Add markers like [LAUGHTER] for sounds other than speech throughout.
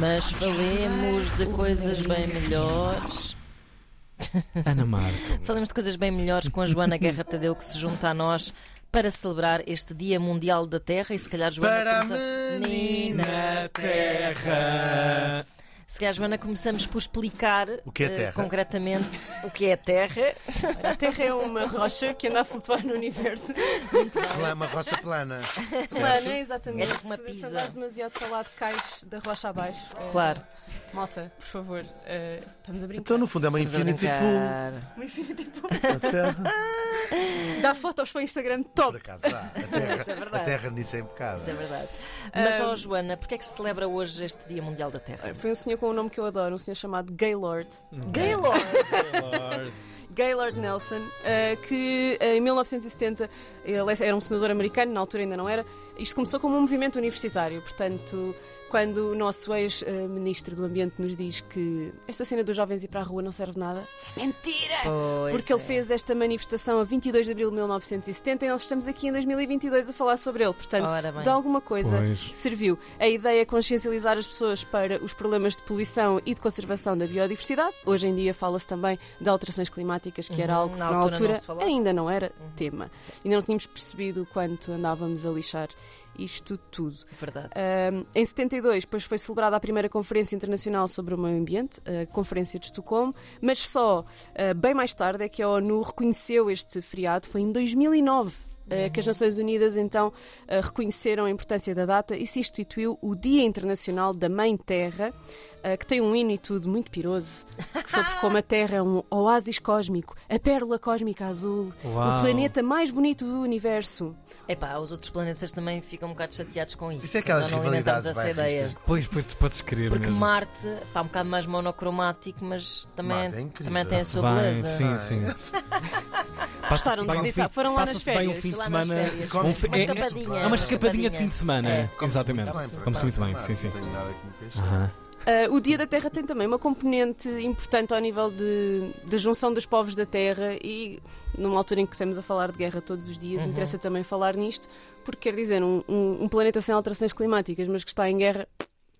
Mas falemos de coisas bem melhores. Ana Marta. Falamos de coisas bem melhores com a Joana Guerra Tadeu que se junta a nós para celebrar este Dia Mundial da Terra e se calhar Joana Para a começa- menina Terra. Se calhar Joana começamos por explicar O que é eh, Terra? concretamente o que é [LAUGHS] Terra. A Terra é uma rocha que anda a flutuar no universo. Plana, é uma rocha plana. Plana, exatamente. É tipo uma Se- pizza. Se andares demasiado para lá de cais da rocha abaixo. eh, Claro. Malta, por favor, eh, estamos a brincar. Então, no fundo, é uma Infinity Pool. Uma infinity pool. [LAUGHS] Por Dá fotos para o Instagram top. acaso dá. A terra, Isso é verdade. a terra nisso é Isso é impecável. verdade. Mas, ó Joana, porquê é que se celebra hoje este Dia Mundial da Terra? Foi um senhor com um nome que eu adoro, um senhor chamado Gaylord. Gaylord! Gaylord Nelson, eh, que eh, em 1970 ele era um senador americano, na altura ainda não era. Isto começou como um movimento universitário, portanto, quando o nosso ex-ministro do Ambiente nos diz que esta cena dos jovens ir para a rua não serve de nada, mentira! Porque é. ele fez esta manifestação a 22 de abril de 1970 e nós estamos aqui em 2022 a falar sobre ele. Portanto, Ora bem. de alguma coisa Pois. serviu. A ideia é consciencializar as pessoas para os problemas de poluição e de conservação da biodiversidade. Hoje em dia fala-se também de alterações climáticas, que era Uhum, algo que na na altura altura, não se falava. Uhum. ainda não era tema. Ainda não tínhamos percebido quanto andávamos a lixar isto tudo. Verdade. Um, em 72, depois foi celebrada a primeira Conferência Internacional sobre o Meio Ambiente, a Conferência de Estocolmo, mas só uh, bem mais tarde é que a ONU reconheceu este feriado, foi em 2009. uh, Que as Nações Unidas então uh, reconheceram a importância da data e se instituiu o Dia Internacional da Mãe Terra, uh, que tem um hino e tudo muito piroso, que sobre como a Terra é um oásis cósmico, a pérola cósmica azul, Uau. o planeta mais bonito do universo. Epá, os outros planetas também ficam um bocado chateados com isso. Isso é aquelas Ainda não alimentamos rivalidades essa ideia. bairristas. Pois, pois tu podes crer Porque mesmo. Marte, pá, um bocado mais monocromático, mas também, Marte é incrível. também tem a sua Bem, beleza. [LAUGHS] sim, sim. Passa-se Gostaram de bem um visitar? fim- Foram lá nas passa-se bem um férias? fim de Lá nas semana. férias. um fi- Uma é- escapadinha. É uma escapadinha de fim de semana. É, Exatamente. Come-se muito bem, por Come-se muito acaso, bem, pá, sim, sim. Não tenho nada que me queixar. Aham. Uh, o Dia da Terra tem também uma componente importante ao nível de, de junção dos povos da Terra e numa altura em que estamos a falar de guerra todos os dias, interessa também falar nisto, porque quer dizer, um, um- um planeta sem alterações climáticas, mas que está em guerra,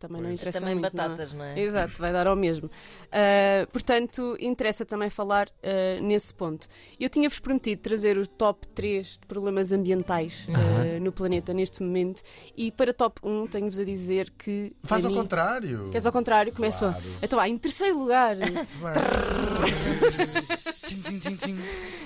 também não interessa Também muito, não é? batatas, não é? Exato, vai dar ao mesmo. Uh, portanto, interessa também falar uh, nesse ponto. Eu tinha-vos prometido trazer o top 3 de problemas ambientais uh, Aham. no planeta neste momento e para top 1 tenho-vos a dizer que. Faz para ao mim, contrário. Queres ao contrário? Começo a. [LAUGHS] Claro. Então, vá, em terceiro lugar. [LAUGHS] Tchim, tchim, tchim, tchim.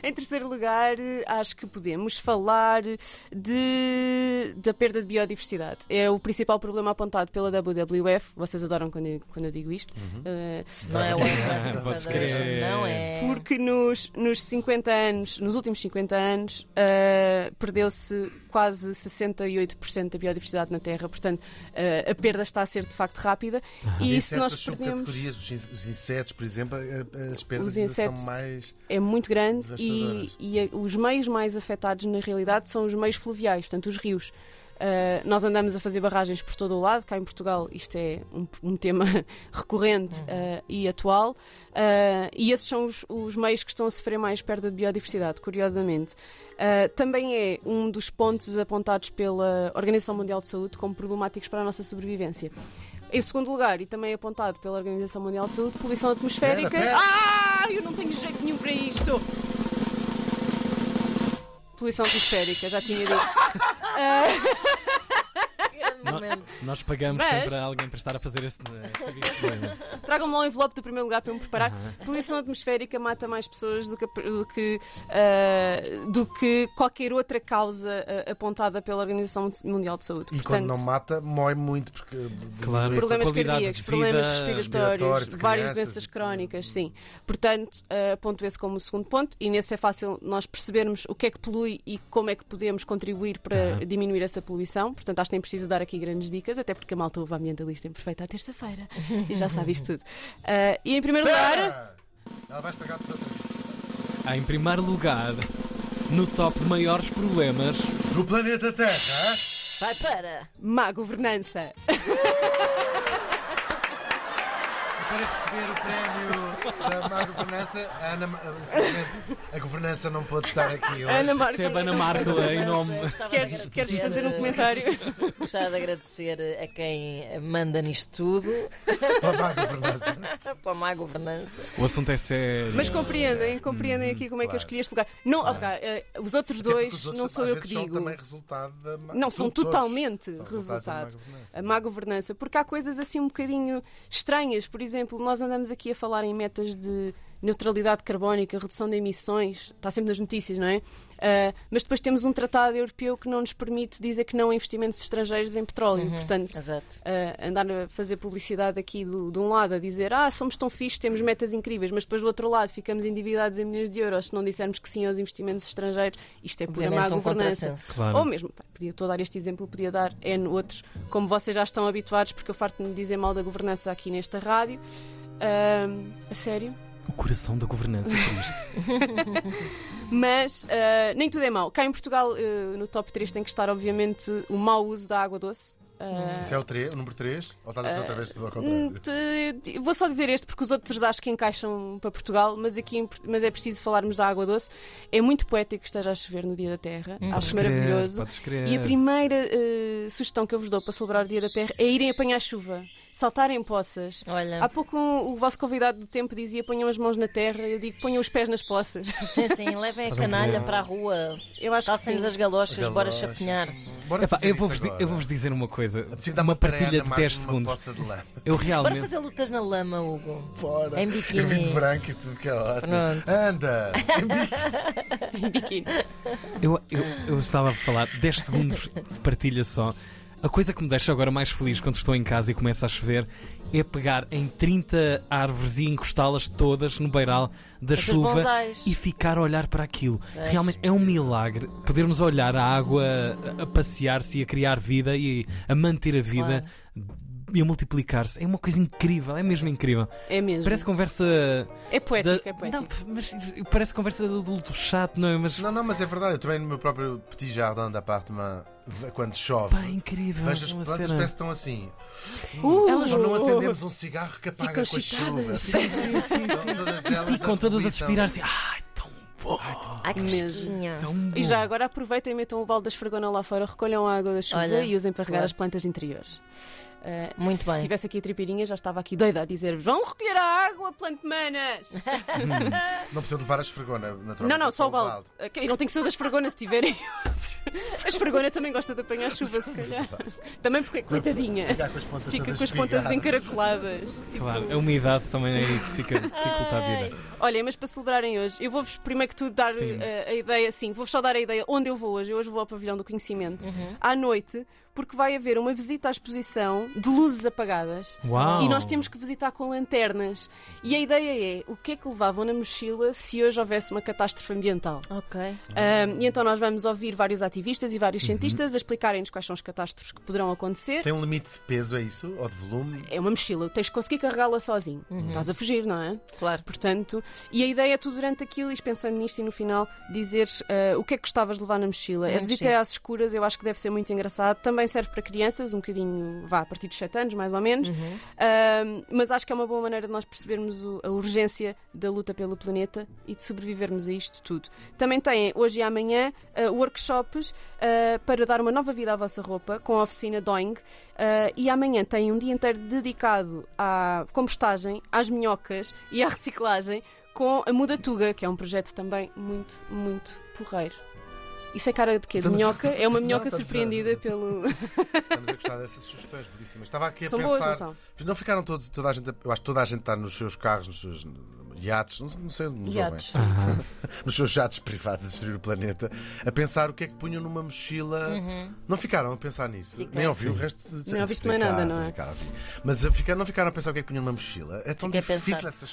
em terceiro lugar, eh, acho que podemos falar de, da perda de biodiversidade. É o principal problema apontado pela WWF. Vocês adoram quando eu, quando eu digo isto. Uhum. Eh, Não é o [LAUGHS] Earth Podes Massive Federation, crer. não é? porque nos, nos 50 anos, nos últimos 50 anos, eh, perdeu-se quase 68% da biodiversidade na Terra. Portanto, eh, a perda está a ser de facto rápida. E Em se nós certas perdemos. subcategorias, os in- os insetos, por exemplo, a- a- as perdas Os ainda insetos- são mais. é muito grande e, Devastadoras. e a- os meios mais afetados na realidade são os meios fluviais, portanto os rios. Ah, nós andamos a fazer barragens por todo o lado, cá em Portugal isto é um, um tema [LAUGHS] recorrente ah, e atual, Ah, e esses são os, os meios que estão a sofrer mais perda de biodiversidade, curiosamente. Ah, também é um dos pontos apontados pela Organização Mundial de Saúde como problemáticos para a nossa sobrevivência. Em segundo lugar, e também apontado pela Organização Mundial de Saúde, poluição atmosférica. Espera, espera. Ah, eu não tenho jeito nenhum para isto! Poluição atmosférica, já tinha dito. Realmente. Nós pagamos Mas- sempre a alguém para estar a fazer esse eh, serviço. não é? Tragam-me lá o envelope do primeiro lugar para eu me preparar. Poluição atmosférica mata mais pessoas do que, do que, ah, do que qualquer outra causa ah, apontada pela Organização Mundial de Saúde. E quando não mata, mói muito. Porque, de- Claro. problemas qualidade cardíacos, de problemas vida, respiratórios, respiratórios, de várias crianças, assim. doenças de- crónicas, sim. Portanto, eh, aponto esse como o segundo ponto, e nesse é fácil nós percebermos o que é que polui e como é que podemos contribuir para diminuir essa poluição. Portanto, acho que nem preciso dar aqui grandes dicas, até porque a malta ouve a ambientalista imperfeita à terça-feira e já sabe isto [LAUGHS] tudo. Eh, e em primeiro lugar, Espera! Ah! Ela vai estragar tudo outra vez. Ah, Em primeiro lugar, no top de maiores problemas, Do planeta Terra. hã? Vai para! má governança. Espera receber o prémio da má governança. A, Ana, Ma- infelizmente, a governança não pôde estar [LAUGHS] aqui hoje. Ana Marco, Recebe [LAUGHS] Ana Markle em nome. Eu gostava de queres, queres agradecer, fazer um eh, comentário? Gostava de agradecer a quem manda nisto tudo, [LAUGHS] Pela má governança. pela má governança. O assunto é [LAUGHS] sério. Mas compreendem, compreendem aqui como é que eu claro. escolhi este lugar. Não, opá, eh, os outros Até é porque dois os outros, não sou às eu que vezes, são digo. também resultado da má- Não, são todos totalmente são resultados da má resultado. governança. A má governança, porque há coisas assim um bocadinho estranhas. Por exemplo, nós andamos aqui a falar em metas de neutralidade carbónica, redução de emissões, está sempre nas notícias, não é? Ah, mas depois temos um tratado europeu que não nos permite dizer que não a investimentos estrangeiros em petróleo. Portanto, Exato. a andar a fazer publicidade aqui do, de um lado, a dizer ah, somos tão fixos, temos metas incríveis, mas depois do outro lado ficamos endividados em milhões de euros se não dissermos que sim aos investimentos estrangeiros. Isto é pura má Obviamente um governança. contrassenso. Claro. Ou mesmo, pá, podia estou a dar este exemplo, podia dar N outros, como vocês já estão habituados, porque eu farto-me de dizer mal da governança aqui nesta rádio. Ahm, a sério? O coração da [LAUGHS] governança triste. Mas ah, nem tudo é mau. Cá em Portugal, eh, no top 3 tem que estar, obviamente, o mau uso da água doce. Ah, Isso é o, tre- o número 3? Ou estás a fazer outra vez tudo ao Hum, contrário? te- te- Vou só dizer este porque os outros acho que encaixam para Portugal, mas aqui em Por- mas é preciso falarmos da água doce. É muito poético que esteja a chover no Dia da Terra, Hum. acho maravilhoso. Podes crer. E a primeira eh, sugestão que eu vos dou para celebrar o Dia da Terra é irem apanhar chuva, saltarem poças. Olha, Há pouco um- o vosso convidado do tempo dizia ponham as mãos na terra, eu digo ponham os pés nas poças. [LAUGHS] sim, sim, levem a um canalha para a rua, Eu acho que sim. calcem as galochas, bora Galochas. chapinhar. Bora Epá, fazer eu isso vou-vos di- agora. eu vou-vos dizer uma coisa. Preciso dar Uma para a partilha Ana de Marco 10 uma segundos. poça de lama. Eu Bora realmente. fazer lutas na lama, Hugo. Bora. Em biquíni. Vestido branco e tudo que é ótimo. Pronto. [LAUGHS] Anda! [LAUGHS] em biquíni. Eu, eu, eu estava a falar 10 segundos de partilha só. A coisa que me deixa agora mais feliz quando estou em casa e começa a chover é pegar em 30 árvores e encostá-las todas no beiral da Esses chuva bonsais. e ficar a olhar para aquilo. Pois. Realmente é um milagre podermos olhar a água a, a passear-se e a criar vida e a manter a vida e a multiplicar-se. É uma coisa incrível, é mesmo incrível. É mesmo. Parece conversa. É poético, da- é poético. Não, mas parece conversa do, do, do chato, não é? Mas Não, não, mas é verdade. Eu também no meu próprio petit jardin da apartment, v- quando chove, Pá, é é incrível. vejo as uma plantas cena. parece que estão assim. Uh, Nós não acendemos um cigarro que Ficam apaga com a chuva. excitadas. Sim, sim, sim. Todas elas E com todas a arrebuliçam. suspirar assim. Ai, tão bom. Ai, que Mesmo. fresquinha. tão bom. E já agora aproveitem e metam o balde da esfregona lá fora, recolham a água da chuva Olha, e usem para regar claro. as plantas interiores. Ah, Muito se bem. tivesse aqui a tripirinha, já estava aqui doida a dizer: vão recolher a água, plantemanas! Não precisam de levar a esfregona, naturalmente. é não, não, só o balde. Ok, não tem que ser da esfregona se tiverem outro. A esfregona também gosta de apanhar chuva, se calhar. Também porque, coitadinha, Ficar com as pontas fica todas com as pontas espigadas. encaracoladas. Tipo, Claro, a umidade também é [LAUGHS] isso, fica dificulta a vida. Olha, mas para celebrarem hoje, eu vou-vos primeiro que tudo dar Sim. eh, a ideia, sim, vou-vos só dar a ideia onde eu vou hoje. Eu hoje vou ao Pavilhão do Conhecimento, à noite, porque vai haver uma visita à exposição de luzes apagadas. Uau! E nós temos que visitar com lanternas. E a ideia é o que é que levavam na mochila se hoje houvesse uma catástrofe ambiental. Ok. Ahm, e então nós vamos ouvir vários ativistas e vários cientistas a explicarem-nos quais são as catástrofes que poderão acontecer. Tem um limite de peso, é isso? Ou de volume? É uma mochila, tens de conseguir carregá-la sozinho. Estás a fugir, não é? Claro. portanto, e a ideia é tu durante aquilo ires pensando nisto e no final dizeres ah, o que é que gostavas de levar na mochila. Muito a visita chique. é às escuras, eu acho que deve ser muito engraçado. Também serve para crianças, um bocadinho, vá, a partir dos 7 anos, mais ou menos. Ah, mas acho que é uma boa maneira de nós percebermos o- a urgência da luta pelo planeta e de sobrevivermos a isto tudo. Também têm hoje e amanhã ah, workshops ah, para dar uma nova vida à vossa roupa com a oficina Doing. Ah, e amanhã tem um dia inteiro dedicado à compostagem, às minhocas e à reciclagem com a Mudatuga, que é um projeto também muito, muito porreiro. Isso é cara de quê? De Estamos- minhoca? É uma [LAUGHS] Não, minhoca estamos a- surpreendida pelo. Estamos a gostar dessas sugestões belíssimas. Estava aqui a São boas, não pensar. são? Não ficaram todos, toda a gente, a- eu acho que toda a gente está nos seus carros, nos seus iates, não, não sei onde nos ouvem, Iates. [LAUGHS] nos seus jatos privados a destruir o planeta, a pensar o que é que punham numa mochila. Uhum. Não ficaram a pensar nisso. Fiquei. Nem ouvi o resto de Não ouviste mais nada, não é? Mas eh, ficaram- não ficaram a pensar o que é que punham numa mochila. É tão Fiquei a difícil pensar. essas